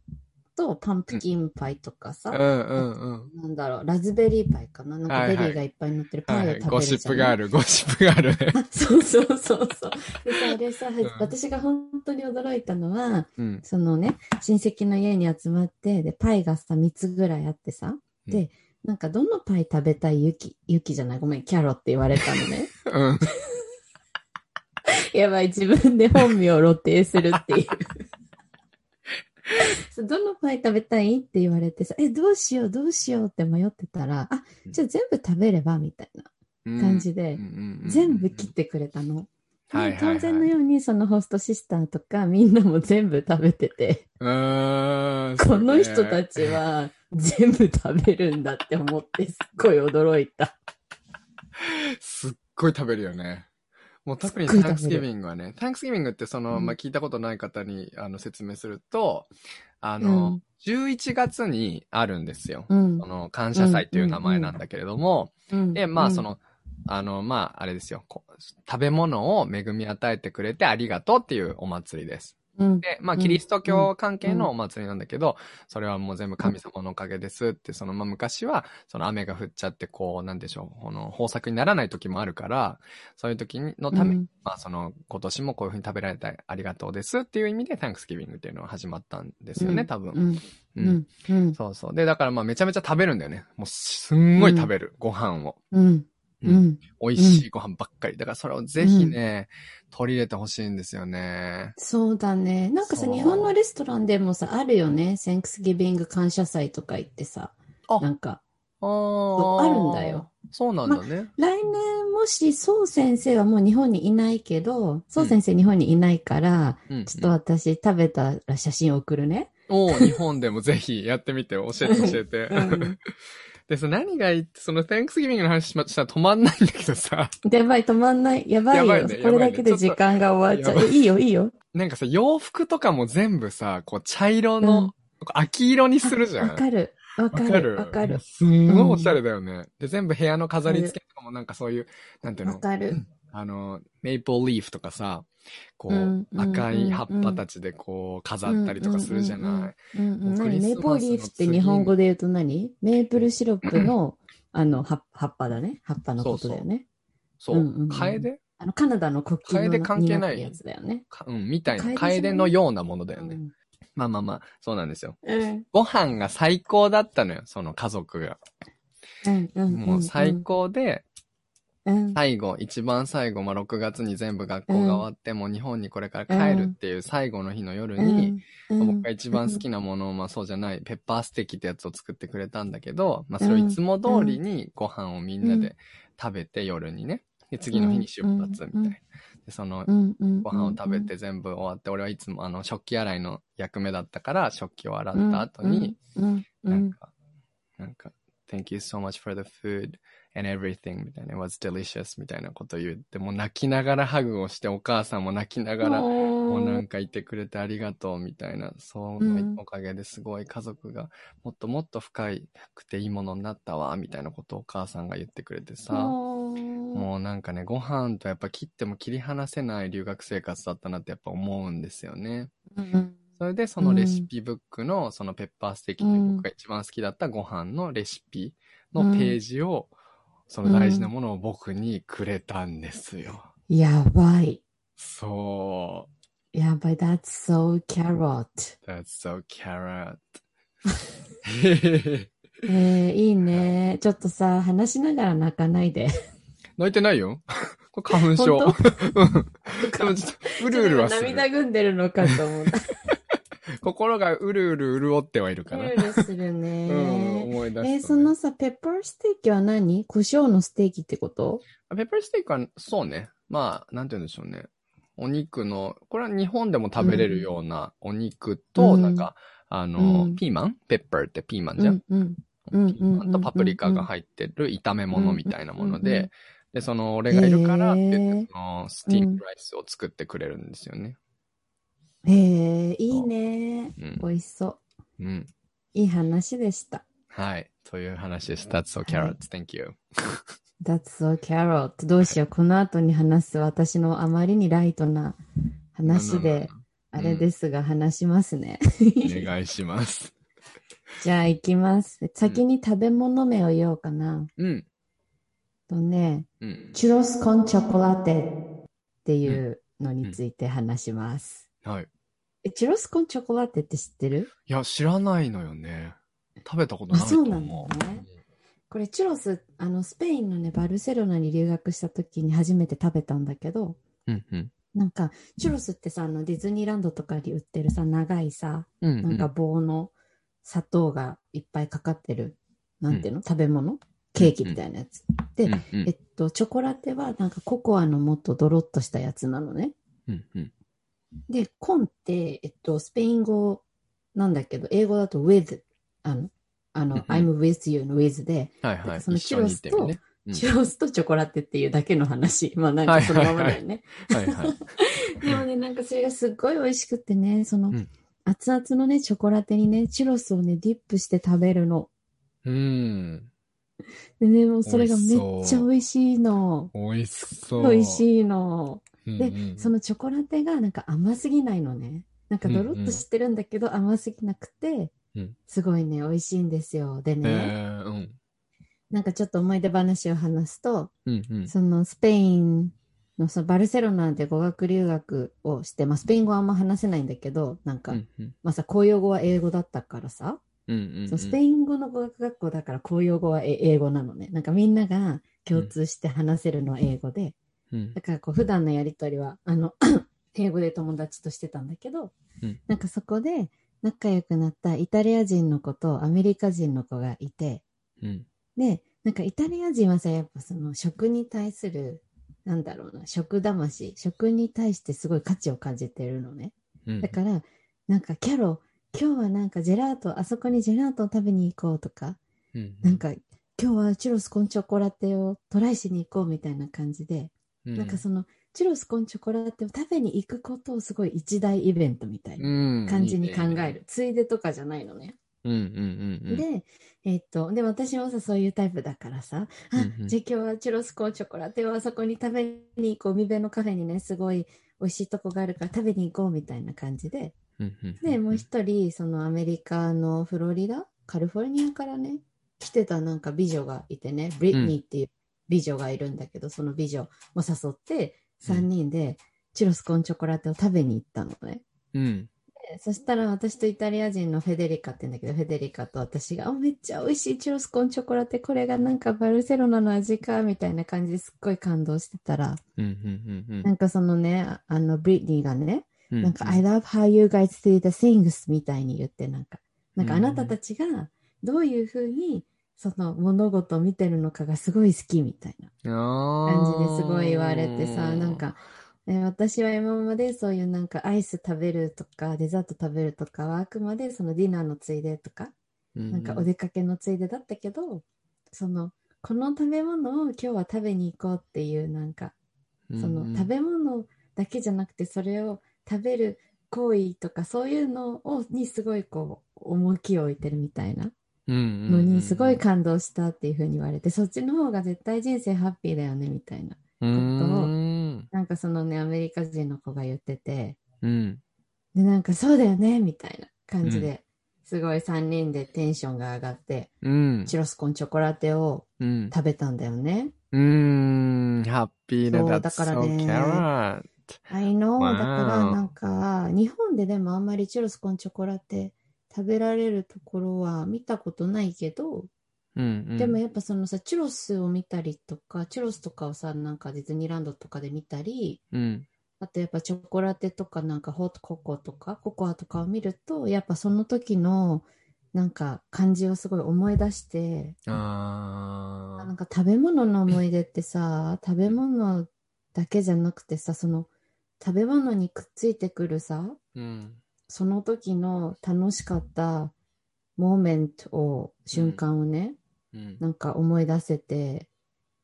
Speaker 1: とパンプキンパイとか
Speaker 2: う
Speaker 1: さ、
Speaker 2: んうんうん。
Speaker 1: なんだろう、ラズベリーパイかななんか
Speaker 2: はいは
Speaker 1: ベ
Speaker 2: い
Speaker 1: リーがいっぱい乗ってるパ
Speaker 2: はい
Speaker 1: イ
Speaker 2: は
Speaker 1: を
Speaker 2: い、
Speaker 1: 食べ
Speaker 2: ゴ
Speaker 1: るじ
Speaker 2: シ
Speaker 1: ゃ
Speaker 2: ップ
Speaker 1: ない、
Speaker 2: ガール、ゴシップガールね。
Speaker 1: あ そうそうそうそう。でさ、あれさ、
Speaker 2: ん
Speaker 1: 私が本当に驚いたのは、
Speaker 2: うん。
Speaker 1: そのね、親戚の家に集まって、で、パイがさ、3つぐらいあってさ、
Speaker 2: う
Speaker 1: で、なんかどのパイ食べたいユキ、ユキじゃない、ごめん、キャロって言われたの ね。
Speaker 2: うん。
Speaker 1: やばい、自分で本名を露呈するって いう。そうどのパイ食べたいって言われてさ、え、どうしよう、どうしようって迷ってたら、あ、じゃあ全部食べれば、みたいな感じで
Speaker 2: うん、うんうん
Speaker 1: 全部切ってくれたの。
Speaker 2: はいはいはい
Speaker 1: 当然のように、そのホストシスターとか、みんなも全部食べてて、
Speaker 2: うーん。
Speaker 1: この人た
Speaker 2: ち。
Speaker 1: ちは全部食べるんだって思って、すっごい驚いた。
Speaker 2: すっごい食べるよね。もう特に
Speaker 1: すっごい食べる
Speaker 2: タンクスギビングはね、タンクスギビングってその、
Speaker 1: うん
Speaker 2: まあ、聞いたことない方にあの説明すると、あの、
Speaker 1: うん
Speaker 2: 11月にあるんですよ。
Speaker 1: うん
Speaker 2: そ。の感謝祭っていう名前なんだけれども、
Speaker 1: うん
Speaker 2: で、ま
Speaker 1: う
Speaker 2: あ
Speaker 1: ん
Speaker 2: その、あの、まああれですよ、こう食べ物を恵み与えてくれてありがとうっていうお祭りです。
Speaker 1: うん
Speaker 2: で、まあ、
Speaker 1: うん
Speaker 2: キリスト教関係のお祭りなんだけど、それはもう全部神様のおかげですって、その、まあ、昔は、その雨が降っちゃって、こう、なんでしょう、この豊作にならない時もあるから、そういう時のために、
Speaker 1: うん
Speaker 2: まあ、その、今年もこういうふうに食べられてありがとうですっていう意味で、タンクスギビングっていうのは始まったんですよね、多分。
Speaker 1: うん
Speaker 2: う
Speaker 1: うんんうん
Speaker 2: そうそう。で、だからまあ、めちゃめちゃ食べるんだよね。もう、すんごい食べる、ご飯を。
Speaker 1: うんうん
Speaker 2: 美味しいご飯ばっかり。だからそれをぜひね、取り入れてほしいんですよね。
Speaker 1: そうだね。なんかさ、
Speaker 2: そう
Speaker 1: 日本のレストランでもさ、あるよね。センクスギビング感謝祭とか言ってさ。
Speaker 2: あ
Speaker 1: なんか、
Speaker 2: あ
Speaker 1: そう
Speaker 2: あ
Speaker 1: あるんだよ。。
Speaker 2: そうなんだね。
Speaker 1: 来年もし、そう先生はもう日本にいないけど、そう先生日本にいないから、
Speaker 2: うん
Speaker 1: ちょっと私食べたら写真送るね。
Speaker 2: おー日本でもぜひやってみて、教えて教えて。
Speaker 1: うん。
Speaker 2: で、その何がいいって、その Thanksgiving の話しましたら止まんないんだけ どさ、
Speaker 1: やばい、止まんない。やばいよ。
Speaker 2: やばいね
Speaker 1: これだけで時間が終わっちゃう。えいいよ、いいよ。
Speaker 2: なんかさ、洋服とかも全部さ、こう茶色の、
Speaker 1: うん
Speaker 2: 秋色にするじゃん。
Speaker 1: わかる。わかる。わかる。
Speaker 2: すんごいおしゃれだよね。で、全部部屋の飾り付けとかもなんかそういう、なんていう
Speaker 1: わ
Speaker 2: の、
Speaker 1: かる。
Speaker 2: あの、メイプルリーフとかさ、こう、
Speaker 1: うんうん
Speaker 2: 赤い葉っぱたちでこう、飾ったりとかするじゃない。
Speaker 1: うんうん、
Speaker 2: もう
Speaker 1: 何メ
Speaker 2: クリスマスの
Speaker 1: ープルリーフって日本語で言うと何メープルシロップの、あの、葉葉っぱだね。葉っぱのことだよね。
Speaker 2: そう、
Speaker 1: うんうんうん
Speaker 2: カエデ
Speaker 1: あの、カナダの国旗の
Speaker 2: 楓関係ない
Speaker 1: にってるやつだよね。
Speaker 2: かうん、みたいな。カ
Speaker 1: カ
Speaker 2: エ
Speaker 1: エデじゃない
Speaker 2: デのようなものだよね。まあまあまあ、そうなんですよ。
Speaker 1: うん。うん
Speaker 2: ご飯が最高だったのよ、その家族が。
Speaker 1: うんうんん
Speaker 2: もう最。高で、
Speaker 1: うん。
Speaker 2: 最後、一番最後、まあ6月に全部学校が終わって、もう日本にこれから帰るっていう最後の日の夜に、
Speaker 1: うん
Speaker 2: 僕が一番好きなものを、まあそうじゃない、ペッパーステーキってやつを作ってくれたんだけど、まあそれをいつも通りにご飯をみんなで食べて夜にね。で、次の日に出発みたいな。で、その
Speaker 1: うんうん
Speaker 2: ご飯を食べて全部終わって、俺はいつもあの食器洗いの役目だったから、食器を洗った後に、、
Speaker 1: うんうんう
Speaker 2: なん
Speaker 1: ん
Speaker 2: か、なんか、Thank you so much for the food and everything みたいな、It was delicious みたいなこと言って、もう泣きながらハグをして、お母さんも泣きながら、もうなんかいてくれてありがとうみたいな、そ
Speaker 1: うん
Speaker 2: のおかげですごい家族がもっともっと深くていいものになったわ、みたいなことをお母さんが言ってくれてさ、
Speaker 1: も
Speaker 2: もうなんかね、ご飯とやっぱ切っても切り離せない留学生活だったなってやっぱ思うんですよね。
Speaker 1: う、うん
Speaker 2: それでそのレシピブックのそのペッパーステーキっていう僕が一番好きだったご飯のレシピのページを、その大事なものを僕にくれたんですよ。
Speaker 1: やばい。
Speaker 2: そ
Speaker 1: やばい。That's so carrot.
Speaker 2: う。That's so carrot.
Speaker 1: えー、いいね。ちょっとさ、話しながら泣かないで。
Speaker 2: 泣いてないよ。これ花粉症。
Speaker 1: 本
Speaker 2: うん でもちょっとうるうるはする。
Speaker 1: 涙ぐんでるのかと思った。
Speaker 2: 心がうるうる潤ってはいるか
Speaker 1: う
Speaker 2: な。
Speaker 1: るうるする
Speaker 2: うん、
Speaker 1: ね。
Speaker 2: 思い出
Speaker 1: え
Speaker 2: した、
Speaker 1: ー、そのさ、ペッパーステーキは何胡椒のステーキってこと
Speaker 2: ペッパーステーキは、そうね。まあ、なんて言うんでしょうね。お肉の、これは日本でも食べれるようなお肉と、
Speaker 1: うん
Speaker 2: なんか、あの、
Speaker 1: うん
Speaker 2: ピーマンペッパーってピーマンじゃん、
Speaker 1: うんうん
Speaker 2: ピーマンとパプリカが入ってる炒め物みたいなもので、で、その、俺がいるからって言って、その、スティームライスを作ってくれるんですよね。
Speaker 1: うん。えー、いいね。
Speaker 2: うん。
Speaker 1: 美味しそう。
Speaker 2: うん。
Speaker 1: いい話でした。
Speaker 2: はい。という話です。That's so carrots. Thank you.
Speaker 1: That's so carrot. どうしよう。この後に話す私のあまりにライトな話で、
Speaker 2: まあ
Speaker 1: あ
Speaker 2: まあ
Speaker 1: れですが話します ね。
Speaker 2: お願いします。
Speaker 1: じゃあ行きます。先に食べ物名を言おうかな。
Speaker 2: うん。
Speaker 1: とね、
Speaker 2: うん。
Speaker 1: チュロスコンチョコラテっていうのについて話します。
Speaker 2: はい。
Speaker 1: えチュロスコンチョコラテって知ってる
Speaker 2: いや、知らないのよね。食べたことないと思う。
Speaker 1: あそうなんだねこれチュロス、あの、スペインのね、バルセロナに留学した時に初めて食べたんだけど、
Speaker 2: うんうん。
Speaker 1: なんか、チュロスってさ、あの、ディズニーランドとかに売ってるさ、長いさ、
Speaker 2: うん
Speaker 1: なんか棒の砂糖がいっぱいかかってる、なんていうの食べ物ケーキみたいなやつ。
Speaker 2: うんう
Speaker 1: えっと、チョコラテはなんかココアのもっとドロッとしたやつなのね。
Speaker 2: んうん。
Speaker 1: で、コンって、えっと、スペイン語なんだけど、英語だと with、あの、あの、
Speaker 2: うんうん
Speaker 1: I'm with you の with で、
Speaker 2: はいはい。
Speaker 1: その
Speaker 2: 一緒に行ってみね。うん
Speaker 1: チュロスとチョコラテっていうだけの話。まあなんかそのままだよね。
Speaker 2: はいはい。
Speaker 1: でもね、なんかそれがすっごい美味しくってね、その、
Speaker 2: うん
Speaker 1: 熱々のね、チョコラテにね、チュロスをね、ディップして食べるの。
Speaker 2: うん。
Speaker 1: でね、もうそれが
Speaker 2: 美味
Speaker 1: め
Speaker 2: し
Speaker 1: っ
Speaker 2: そう
Speaker 1: ちゃ美味しいの。
Speaker 2: 美味しそう。
Speaker 1: 美味しいの。
Speaker 2: い
Speaker 1: で、そのチョコラテがなんか甘すぎないのね。なんかドロッとしてるんだけど甘すぎなくて、
Speaker 2: うん
Speaker 1: すごいね、美味しいんですよ。で
Speaker 2: ね。
Speaker 1: ね、
Speaker 2: うん。
Speaker 1: なんかちょっと思い出話を話すと、
Speaker 2: うんうん。
Speaker 1: そのスペインのそのバルセロナで語学留学をして、まあ、スペイン語はあんま話せないんだけど、なんか、
Speaker 2: うんうん
Speaker 1: まあさ、公用語は英語だったからさ、
Speaker 2: うんうん
Speaker 1: そのスペイン語の語学学校だから公用語はえ英語なのね。なんかみんなが共通して話せるのは英語で、
Speaker 2: うん
Speaker 1: だからこう普段のやりとりはあの 英語で友達としてたんだけど、
Speaker 2: うん
Speaker 1: なんかそこで仲良くなったイタリア人の子とアメリカ人の子がいて
Speaker 2: うん
Speaker 1: でなんかイタリア人はさやっぱその食に対するなんだろうな食魂食に対してすごい価値を感じてるのね
Speaker 2: うん
Speaker 1: だからなんかキャロ今日はなんかジェラートあそこにジェラートを食べに行こうとか
Speaker 2: うん
Speaker 1: なんか今日はチュロスコンチョコラテをトライしに行こうみたいな感じで
Speaker 2: う
Speaker 1: なんかそのチュロスコンチョコラテを食べに行くことをすごい一大イベントみたいな
Speaker 2: うん
Speaker 1: 感じに考える、
Speaker 2: いいね
Speaker 1: ついでとかじゃないのね。
Speaker 2: うんうんうんうん。
Speaker 1: で,、えーっとで私もさそういうタイプだからさ、
Speaker 2: うんうん
Speaker 1: あじゃあ今日はチュロスコンチョコラテをあそこに食べに行こう海辺のカフェにねすごい美味しいとこがあるから食べに行こうみたいな感じで
Speaker 2: うんうんうん、
Speaker 1: でもう一人そのアメリカのフロリダカリフォルニアからね来てたなんか美女がいてねブリッニーっていう美女がいるんだけど、その美女も誘って
Speaker 2: うん
Speaker 1: 3人でチュロスコンチョコラテを食べに行ったのね。
Speaker 2: うん。
Speaker 1: でそしたら私とイタリア人のフェデリカって言うんだけどフェデリカと私があ「めっちゃ美味しいチュロスコンチョコラテこれがなんかバルセロナの味か」みたいな感じですっごい感動してたら
Speaker 2: うんうんうんうん。
Speaker 1: なんかそのねああのブリッニーがね
Speaker 2: うん
Speaker 1: なんか、I love how you guys do the things みたいに言って、なんか、なんか
Speaker 2: う
Speaker 1: あ
Speaker 2: ん
Speaker 1: なたたちがどういうふうにその物事を見てるのかがすごい好きみたいな感
Speaker 2: 感
Speaker 1: じですごい言われてさ、なん、か、えー私は今までそういうなんかアイス食べるとかデザート食べるとかはあくまでそのディナーのついでとか、
Speaker 2: な
Speaker 1: なんかお出かけのついでだったけど、その、この食べ物を今日は食べに行こうっていうなんかその食べ物だけじゃなくてそれを食べる行為とかそういうのをにすごいこう重きを置いてるみたいなの
Speaker 2: の
Speaker 1: にすごい感動したっていうふうに言われてそっちの方が絶対人生ハッピーだよねみたいな
Speaker 2: とうん。
Speaker 1: なんかそのねアメリカ人の子が言ってて
Speaker 2: うん。
Speaker 1: でなんかそうだよねみたいな感じで、すごい3人でテンションが上がって
Speaker 2: うん。
Speaker 1: チュロスコンチョコラテを
Speaker 2: うん。
Speaker 1: 食べたんだよね。
Speaker 2: うん。ハッピー
Speaker 1: そう
Speaker 2: な、
Speaker 1: だからね
Speaker 2: so carrot.
Speaker 1: I know.
Speaker 2: わ
Speaker 1: だ
Speaker 2: ー
Speaker 1: からなんか、日本ででもあんまりチュロスコンチョコラテ食べられるところは見たことないけど、
Speaker 2: うんうん。
Speaker 1: でもやっぱそのさ、チュロスを見たりとか、チュロスとかをさ、なんかディズニーランドとかで見たり、
Speaker 2: うん。
Speaker 1: あとやっぱチョコラテとかなんかホットココとかココアとかを見ると、やっぱその時のなんか感じをすごい思い出して、
Speaker 2: あ
Speaker 1: なんか食べ物の思い出ってさ、食べ物だけじゃなくてさ、その食べ物にくっついてくるさ、
Speaker 2: ーうん。
Speaker 1: その時の楽しかったモーメントを、瞬間をね、
Speaker 2: うん。
Speaker 1: なんか思い出せて、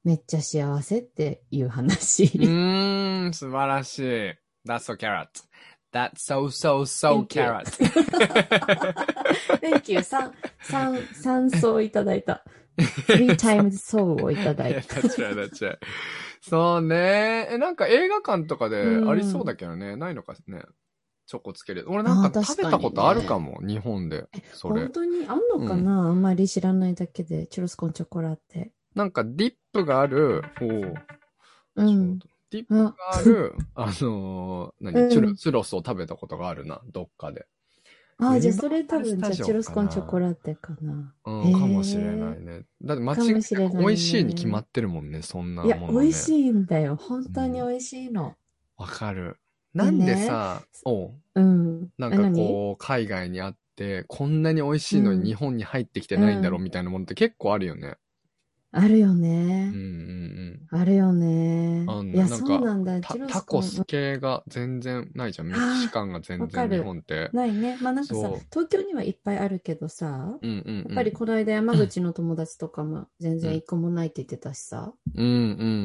Speaker 1: めっちゃ幸せっていう話。
Speaker 2: うーん、素晴らしい。That's so carrot. That's so, so, so
Speaker 1: Thank you.
Speaker 2: carrot.
Speaker 1: Thank you. 三、三、三層いただいた。three times 層をいただ
Speaker 2: いや
Speaker 1: い た。
Speaker 2: that's right, that's right. そうね。え、なんか映画館とかで
Speaker 1: うん
Speaker 2: ありそうだけどね。ないのかね。チョコつける。俺なん
Speaker 1: あ
Speaker 2: か
Speaker 1: ー
Speaker 2: 食べたことあ
Speaker 1: 確かにね
Speaker 2: るかも。日本で。それ
Speaker 1: 本。当にあんのかな、あんまり知らないだけで、チュロスコンチョコラって。
Speaker 2: なんかディップがある、おう
Speaker 1: うん。
Speaker 2: ディップ
Speaker 1: あ、
Speaker 2: がある、 あのー、
Speaker 1: う
Speaker 2: 何、
Speaker 1: ん
Speaker 2: チュロチュロスを食べたことがあるな。どっかで。
Speaker 1: あ、じゃあ
Speaker 2: ユニバーサル
Speaker 1: それ多分、
Speaker 2: ス
Speaker 1: じゃ
Speaker 2: タ
Speaker 1: あ
Speaker 2: ジオ
Speaker 1: チュロスコンチョコラテかな。
Speaker 2: うん
Speaker 1: へ、ー
Speaker 2: かもしれないね。だって間
Speaker 1: か
Speaker 2: 違
Speaker 1: もしれない
Speaker 2: い
Speaker 1: ね
Speaker 2: 美味しいに決まってるもんね。そんないも
Speaker 1: や、
Speaker 2: の、ね。
Speaker 1: 美味しいんだよ。本当に美味しいの。
Speaker 2: わかる。
Speaker 1: で
Speaker 2: な
Speaker 1: ね
Speaker 2: んでさ、おう
Speaker 1: うん。
Speaker 2: なん
Speaker 1: あ
Speaker 2: か
Speaker 1: 何
Speaker 2: こう、海外にあって、こんなに美味しいの
Speaker 1: うん
Speaker 2: に日本に入ってきてないんだろうみたいなものって結構あるよね。
Speaker 1: あるよ
Speaker 2: う
Speaker 1: ね
Speaker 2: んう。ん
Speaker 1: あるよね
Speaker 2: あん。ない
Speaker 1: や、
Speaker 2: なんか
Speaker 1: そうなんだ。
Speaker 2: うん。タ
Speaker 1: チュロス
Speaker 2: タコス系が全然ないじゃん。メキシカンが全
Speaker 1: わか
Speaker 2: 然
Speaker 1: る
Speaker 2: 日本って。
Speaker 1: ないね。まあなんかさ
Speaker 2: そう、
Speaker 1: 東京にはいっぱいあるけどさ、
Speaker 2: うんうん、うん。
Speaker 1: やっぱりこの間山口の友達とかも全然一個もないって言ってたしさ、
Speaker 2: うんう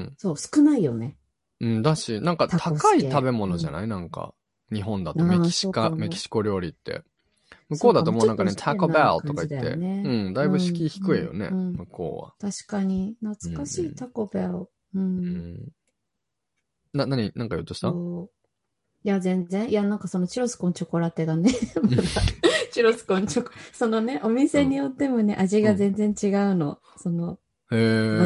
Speaker 2: ん。
Speaker 1: そう、少ないよね。
Speaker 2: うん、だし、なんか
Speaker 1: タコス
Speaker 2: 高い
Speaker 1: 系
Speaker 2: 食べ物じゃない、なんか、日本だと
Speaker 1: あー
Speaker 2: メキシ
Speaker 1: そう
Speaker 2: カ、
Speaker 1: かも
Speaker 2: メキシコ料理って。向こうだともうなんかね、
Speaker 1: そうか
Speaker 2: タ
Speaker 1: もちょっと
Speaker 2: コ
Speaker 1: お
Speaker 2: ベ
Speaker 1: しゃれな
Speaker 2: ルとか言
Speaker 1: 感
Speaker 2: っ
Speaker 1: じだ
Speaker 2: て、
Speaker 1: よね
Speaker 2: うん、だいぶ敷居低いよね、
Speaker 1: うんうん
Speaker 2: 向こうは。
Speaker 1: 確かに、懐かし
Speaker 2: うんう
Speaker 1: い
Speaker 2: ん
Speaker 1: タコベル。う。
Speaker 2: うんん。な、なに、なんか言おうとした
Speaker 1: そういや、全然。いや、なんかそのチュロスコンチョコラテがね、 まだチュロスコンチョコ、そのね、お店によってもね、味が全然違うの。その、
Speaker 2: へ
Speaker 1: バ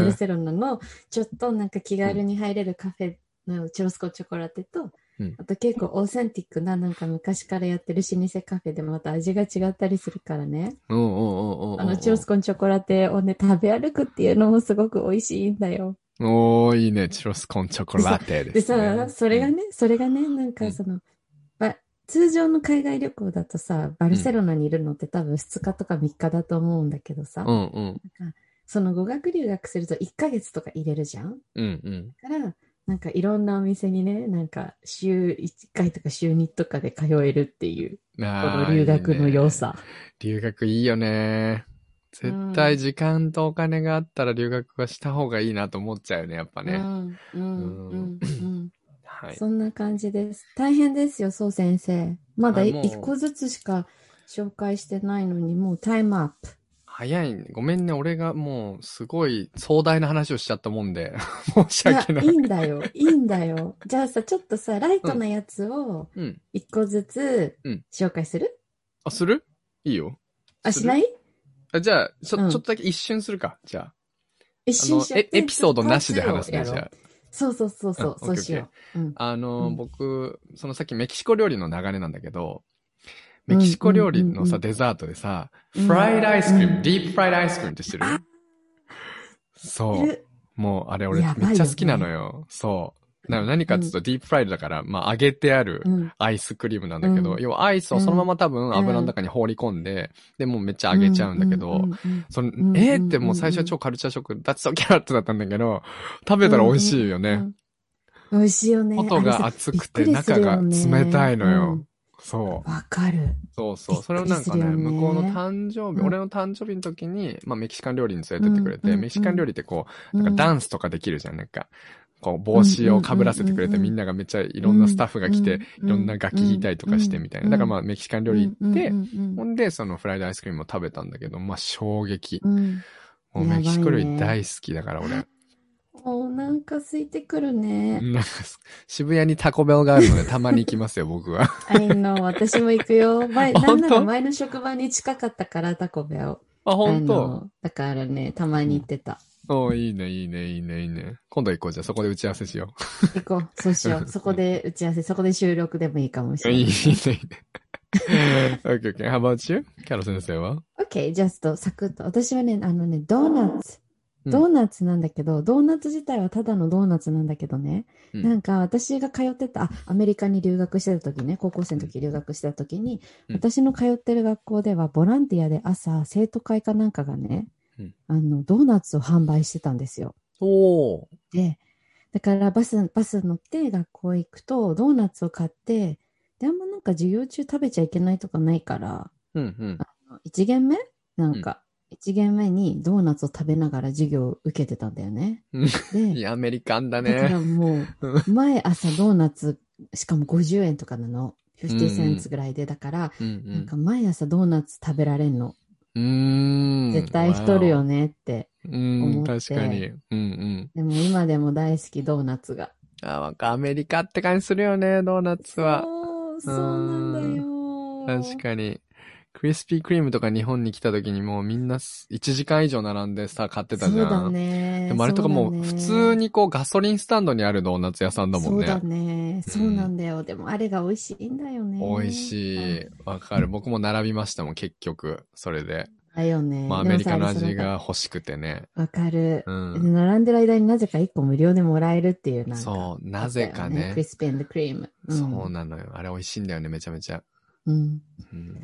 Speaker 1: ル
Speaker 2: ー。
Speaker 1: セロナの、ちょっとなんか気軽に入れるカフェのチュロスコンチョコラテと
Speaker 2: うん、
Speaker 1: あと結構オーセンティックな、なんか昔からやってる老舗カフェでまた味が違ったりするからね。
Speaker 2: うんうんうんうんうん。
Speaker 1: あの、チュロスコンチョコラテをね、食べ歩くっていうのもすごく美味しいんだよ。
Speaker 2: おー、いいね。チュロスコンチョコラテで、
Speaker 1: です
Speaker 2: ね。
Speaker 1: さ、それがね、それがね、なん
Speaker 2: う
Speaker 1: か
Speaker 2: ん
Speaker 1: その、ば通常の海外旅行だとさ、バルセロナにいるのって多分2日とか3日だと思うんだけどさ、
Speaker 2: うんうん。
Speaker 1: その語学留学すると1ヶ月とか入れるじゃん
Speaker 2: うんうん。
Speaker 1: だから、なんかいろんなお店にね、なんか週1回とか週2とかで通えるっていう、こ
Speaker 2: あ
Speaker 1: の
Speaker 2: ー
Speaker 1: 留学の良。さ。
Speaker 2: いいね留学いいよね。絶対時間とお金があったら留学はした方がいいなと思っちゃうよね、やっぱね。
Speaker 1: うん、うん、うん、うん。
Speaker 2: はい。
Speaker 1: そんな感じです。大変ですよ、そう先生。まだ
Speaker 2: あもう
Speaker 1: 1個ずつしか紹介してないのに、もうタイムアップ。
Speaker 2: 早いね。ごめんね。俺がもう、すごい壮大な話をしちゃったも んで、申し訳ない
Speaker 1: い。やいいんだ よ、いいんだよ。じゃあさ、ちょっとさ、ライトなやつを
Speaker 2: うん。
Speaker 1: 1個ずつ
Speaker 2: うん
Speaker 1: 紹介する、
Speaker 2: あ、するいいよ。
Speaker 1: あ、
Speaker 2: する
Speaker 1: しない
Speaker 2: あじゃあ、ちょ、
Speaker 1: うん
Speaker 2: ちょっとだけ一瞬するか。じゃあ。
Speaker 1: 一
Speaker 2: あ
Speaker 1: 瞬
Speaker 2: の
Speaker 1: し、ちゃっ
Speaker 2: え
Speaker 1: て
Speaker 2: エピソードなしで話すね、
Speaker 1: ち
Speaker 2: じ
Speaker 1: ょっとパーツをやろ
Speaker 2: ゃ
Speaker 1: う
Speaker 2: あ。
Speaker 1: そうそうそうそう、
Speaker 2: うん
Speaker 1: そうしよう。うん、
Speaker 2: あのー、
Speaker 1: うん
Speaker 2: 僕、そのさっきメキシコ料理の流れなんだけど、メキシコ料理
Speaker 1: う
Speaker 2: のさ、
Speaker 1: んうんうんうん
Speaker 2: デザートでさ、
Speaker 1: うん
Speaker 2: フライドアイスクリー
Speaker 1: う
Speaker 2: ム、
Speaker 1: ん
Speaker 2: ディープフライドアイスクリームって知ってる
Speaker 1: あ
Speaker 2: そ。
Speaker 1: いうる
Speaker 2: もう、あれ俺
Speaker 1: やばいよね
Speaker 2: めっちゃ好きなのよ。そう。な何かっていうと、ディープフライドだから、まあ、揚げてある
Speaker 1: うん
Speaker 2: アイスクリームなんだけど、
Speaker 1: うん
Speaker 2: 要はアイスをそのまま多分油の中に放り込んで、で、もうめっちゃ揚げちゃうんだけど、
Speaker 1: ううんうん
Speaker 2: その、
Speaker 1: ん
Speaker 2: えーってもう最初は超カルチャーショック、ダッツオキャラットだったんだけど、食べたら美味しいよね。
Speaker 1: うん美味しいよね。
Speaker 2: 外が熱くて中が冷たいのよ。そう
Speaker 1: あれさびっくりするよね。うんわかる。
Speaker 2: そうそう。それをなんか
Speaker 1: びっ
Speaker 2: ね、
Speaker 1: くりするよね
Speaker 2: 向こうの誕生日、
Speaker 1: うん
Speaker 2: 俺の誕生日の時に、まあメキシカン料理に連れてってくれて、
Speaker 1: うんうんうん
Speaker 2: メキシカン料理ってこう、
Speaker 1: う
Speaker 2: なん
Speaker 1: ん
Speaker 2: かダンスとかできるじゃん、なんか。こう、帽子を被らせてくれて、
Speaker 1: うんうんうんうん
Speaker 2: みんながめっちゃいろんなスタッフが来て、
Speaker 1: うん
Speaker 2: いろんな楽器弾いたりとかしてみたいな。だからまあメキシカン料理行って
Speaker 1: う、んうん
Speaker 2: ほんで、そのフライドアイスクリームも食べたんだけど、まあ衝撃。
Speaker 1: うんうん
Speaker 2: もう
Speaker 1: やばい
Speaker 2: メ
Speaker 1: ね
Speaker 2: キシコ料理大好きだから俺。
Speaker 1: もうなんか空いてくるね。
Speaker 2: なんか 渋谷にタコベルがあるので、たまに行きますよ、僕は。
Speaker 1: あいの、私も行く よ。前、な
Speaker 2: 本
Speaker 1: ん
Speaker 2: 当
Speaker 1: なら前の職場に近かったから、タコベを。
Speaker 2: あ、本
Speaker 1: あ
Speaker 2: 当
Speaker 1: のだからね、たまに行ってた。
Speaker 2: おーいいね、いいね、いいね、いいね。今度行こうじゃあ、そこで打ち合わせしよ
Speaker 1: 行こう。そうしよ う。そこで打ち合わせ、そこで収録でもいいかもし
Speaker 2: う。
Speaker 1: れない
Speaker 2: い
Speaker 1: い
Speaker 2: ね、。いいね。okay, okay. How about you? キャロ先生は
Speaker 1: OK、ジャスト、サクッと。私はね、あのね、ドーナツ。
Speaker 2: うん
Speaker 1: ドーナツなんだけど、ドーナツ自体はただのドーナツなんだけどね、
Speaker 2: うん
Speaker 1: なんか私が通ってた、あアメリカに留学してた時ね、高校生の時留学してた時に、
Speaker 2: うん
Speaker 1: 私の通ってる学校ではボランティアで朝、生徒会かなんかがね、
Speaker 2: うん
Speaker 1: あの、ドーナツを販売してたんですよ。
Speaker 2: おー。
Speaker 1: で、だからバス、バス乗って学校行くと、ドーナツを買って、で、あんまなんか授業中食べちゃいけないとかないから、
Speaker 2: うんうん。
Speaker 1: 1限目なんか、1限目にドーナツを食べながら授業を受けてたんだよね。
Speaker 2: うん い
Speaker 1: で、
Speaker 2: や、アメリカンだ
Speaker 1: だから
Speaker 2: ね。
Speaker 1: もう、前朝ドーナツ、しかも50円とかなの。50センツぐらいで、だから、
Speaker 2: うん
Speaker 1: なんか毎朝ドーナツ食べられんの。
Speaker 2: うん。うーん。
Speaker 1: 絶対太るよねって。
Speaker 2: わお。うん、
Speaker 1: 思っ
Speaker 2: 確
Speaker 1: て
Speaker 2: かに。うんうん。
Speaker 1: でも今でも大好き、ドーナツが。
Speaker 2: あ、なんかアメリカって感じするよね、ドーナツは。
Speaker 1: そう、そうなんだよ。
Speaker 2: 確かに。クリスピークリームとか日本に来た時にもうみんな1時間以上並んでさ、買ってたじゃ
Speaker 1: そ
Speaker 2: ん。
Speaker 1: うだね。
Speaker 2: でもあれとかもう普通にこうガソリンスタンドにあるドーナツ屋さんだもんね。
Speaker 1: そうだね。そうなんだよ。でもあれが美味しいんだよね。
Speaker 2: 美味しい。わかる。僕も並びましたもん、結局。それで。
Speaker 1: だよね。
Speaker 2: まあ、ア
Speaker 1: でも
Speaker 2: メリカの
Speaker 1: さ
Speaker 2: 味。が欲しくてね。
Speaker 1: わかる
Speaker 2: う。ん。
Speaker 1: 並んでる間になぜか1個無料でもらえるっていう、なんか。
Speaker 2: そう、なぜかね
Speaker 1: クリ。スピークリーム。
Speaker 2: そうなのよ。あれ美味しいんだよね、めちゃめちゃ。
Speaker 1: うん。
Speaker 2: うん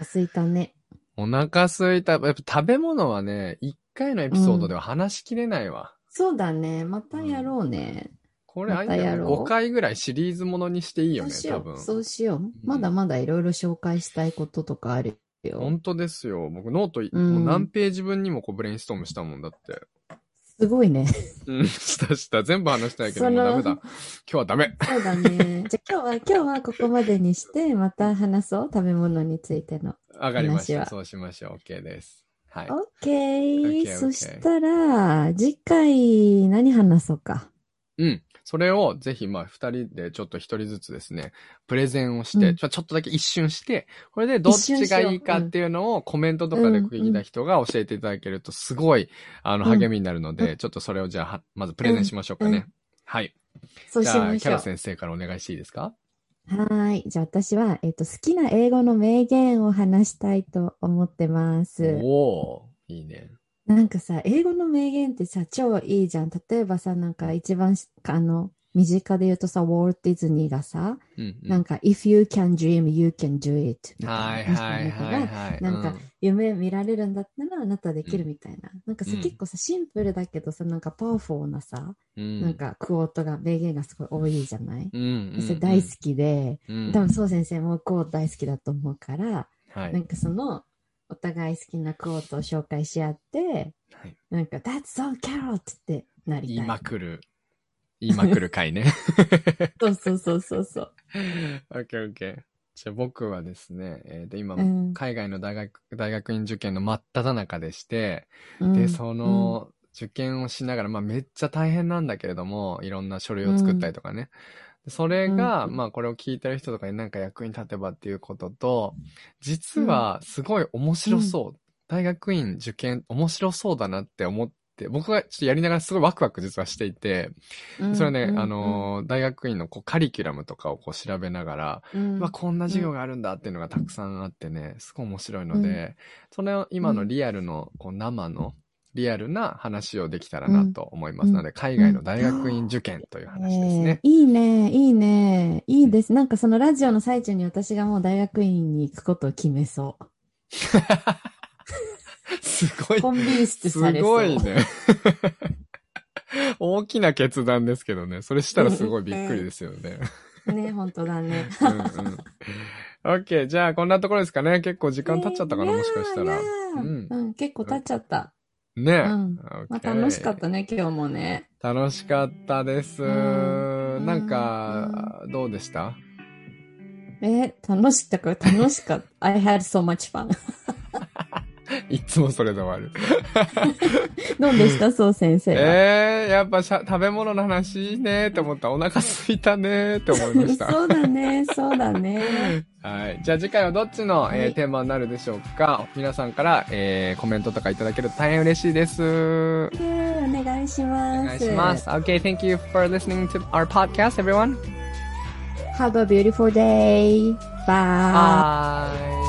Speaker 1: すいたね。
Speaker 2: お腹すいた。やっぱ食べ物はね、一回のエピソードでは話しきれないわ。
Speaker 1: そうだね。またやろうね。
Speaker 2: これ、
Speaker 1: ま
Speaker 2: あ
Speaker 1: たやろう
Speaker 2: 5回ぐらいシリーズものにしていいよね、
Speaker 1: そうし
Speaker 2: 多
Speaker 1: よう。
Speaker 2: 分。
Speaker 1: そうしよう。まだまだいろいろ紹介したいこととかあるよ。
Speaker 2: 本当ですよ。僕、ノートい、
Speaker 1: うん
Speaker 2: もう何ページ分にもこうブレインストームしたもんだって。
Speaker 1: すご いね。
Speaker 2: うん、したした。全部話したいけど、
Speaker 1: そ
Speaker 2: もう
Speaker 1: の
Speaker 2: ダメだ。今日はダメ。
Speaker 1: そうだね。じゃあ今日は、今日はここまでにして、また話そう。食べ物についての。
Speaker 2: わかりまし
Speaker 1: 話
Speaker 2: た。
Speaker 1: は
Speaker 2: そうしましょう。OK です。はい。
Speaker 1: OK。
Speaker 2: OK
Speaker 1: そしたら、次回何話そうか。
Speaker 2: うん。それをぜひ、まあ、二人でちょっと一人ずつですね、プレゼンをして、
Speaker 1: うん
Speaker 2: ちょちょっとだけ一瞬して、これでどっちがいいかっていうのをコメントとかで聞いた人が教えていただけると、すごい、あの、
Speaker 1: うん
Speaker 2: 励みになるので、ちょっとそれをじゃあは、まずプレゼンしましょうかね。
Speaker 1: うん
Speaker 2: はい。
Speaker 1: そう
Speaker 2: じ
Speaker 1: し
Speaker 2: ゃあ、
Speaker 1: ま
Speaker 2: キ
Speaker 1: し
Speaker 2: ャ
Speaker 1: ょ
Speaker 2: ラ
Speaker 1: う。
Speaker 2: 先生からお願いしていいですか
Speaker 1: はーい。じゃあ私は、えっ、と、好きな英語の名言を話したいと思ってます。
Speaker 2: おー、いいね。
Speaker 1: なんかさ、英語の名言ってさ、超いいじゃん。例えばさ、なんか一番し、あの、身近で言うとさ、ウォルト・ディズニーがさ、
Speaker 2: うん、うん。
Speaker 1: なんか、if you can dream, you can do it. みた
Speaker 2: はい
Speaker 1: な
Speaker 2: はいはいはい。
Speaker 1: なんか
Speaker 2: う
Speaker 1: 夢見られるんだったらあなたできるみたいな。なんかさ、
Speaker 2: うん
Speaker 1: 結構さ、シンプルだけどさ、なんかパワフルなさ、
Speaker 2: うん、
Speaker 1: なんかクオートが、名言がすごい多いじゃない、
Speaker 2: うん、うん、うん。
Speaker 1: それ大好きで、
Speaker 2: うん。
Speaker 1: 多分そう先生もこう大好きだと思うから、
Speaker 2: はい。
Speaker 1: なんかその、お互い好きなクオートを紹介し合って、
Speaker 2: はい
Speaker 1: なんか、That's so carrot! ってなり
Speaker 2: 言い
Speaker 1: たい。
Speaker 2: まくる。言いまくる回 ね。
Speaker 1: そうそうそうそうそう。
Speaker 2: オッケーオッケー。じゃあ僕はですね、えーと今、
Speaker 1: うん
Speaker 2: 海外の大学、大学院受験の真っ只中でして、
Speaker 1: うん
Speaker 2: で、そ、の、受験をしながら、まあめっちゃ大変なんだけれども、いろんな書類を作ったりとかね。でそれが、
Speaker 1: うん
Speaker 2: まあこれを聞いてる人とかになんか役に立てばっていうことと、実はすごい面白そう。大学院受験面白そうだなって思って、僕がちょっとやりながらすごいワクワク実はしていて、
Speaker 1: うん
Speaker 2: それはね、
Speaker 1: うん
Speaker 2: あのー大学院のこうカリキュラムとかをこう調べながら、
Speaker 1: うん
Speaker 2: まあ、こんな授業があるんだっていうのがたくさんあってね、すごい面白いので、
Speaker 1: う
Speaker 2: それを今のリアルの、こう生の、リアルな話をできたらなと思います。
Speaker 1: うん
Speaker 2: なので、海外の大学院受験という話ですね
Speaker 1: え。ーいいね、いいね、いいです。なんかそのラジオの最中に私がもう大学院に行くことを決めそう。
Speaker 2: すごい
Speaker 1: コンビニ室
Speaker 2: す
Speaker 1: されそう。
Speaker 2: ごいね。 大きな決断ですけどね。それしたらすごいびっくりですよね。
Speaker 1: ね、本当だね。
Speaker 2: うんうん。オッケー。じゃあ、こんなところですかね。結構時間経っちゃったかな、
Speaker 1: ね
Speaker 2: もしかした
Speaker 1: い
Speaker 2: ら
Speaker 1: や。ー
Speaker 2: うん
Speaker 1: うん、結構経っちゃった。
Speaker 2: ねえ。
Speaker 1: うん
Speaker 2: オッケー
Speaker 1: まあ楽しかったね、今日もね。
Speaker 2: 楽しかったです。
Speaker 1: うん
Speaker 2: なんか、どうでした
Speaker 1: え、楽しかった、楽しかった。I had so much fun.
Speaker 2: いつもそれで終わる。
Speaker 1: どうでした、そう先生は。
Speaker 2: えー、やっぱしゃ食べ物の話いいねって思った。お腹すいたねって思いました。
Speaker 1: そうだね、そうだね。
Speaker 2: はい。じゃあ次回はどっちの、えー
Speaker 1: はい
Speaker 2: テーマになるでしょうか皆さんから、えーコメントとかいただけると大変嬉しいです。
Speaker 1: ねお願いし
Speaker 2: お
Speaker 1: ます。
Speaker 2: 願いします。Okay, thank you for listening to our podcast, everyone.
Speaker 1: Have a beautiful day. Bye.
Speaker 2: Bye.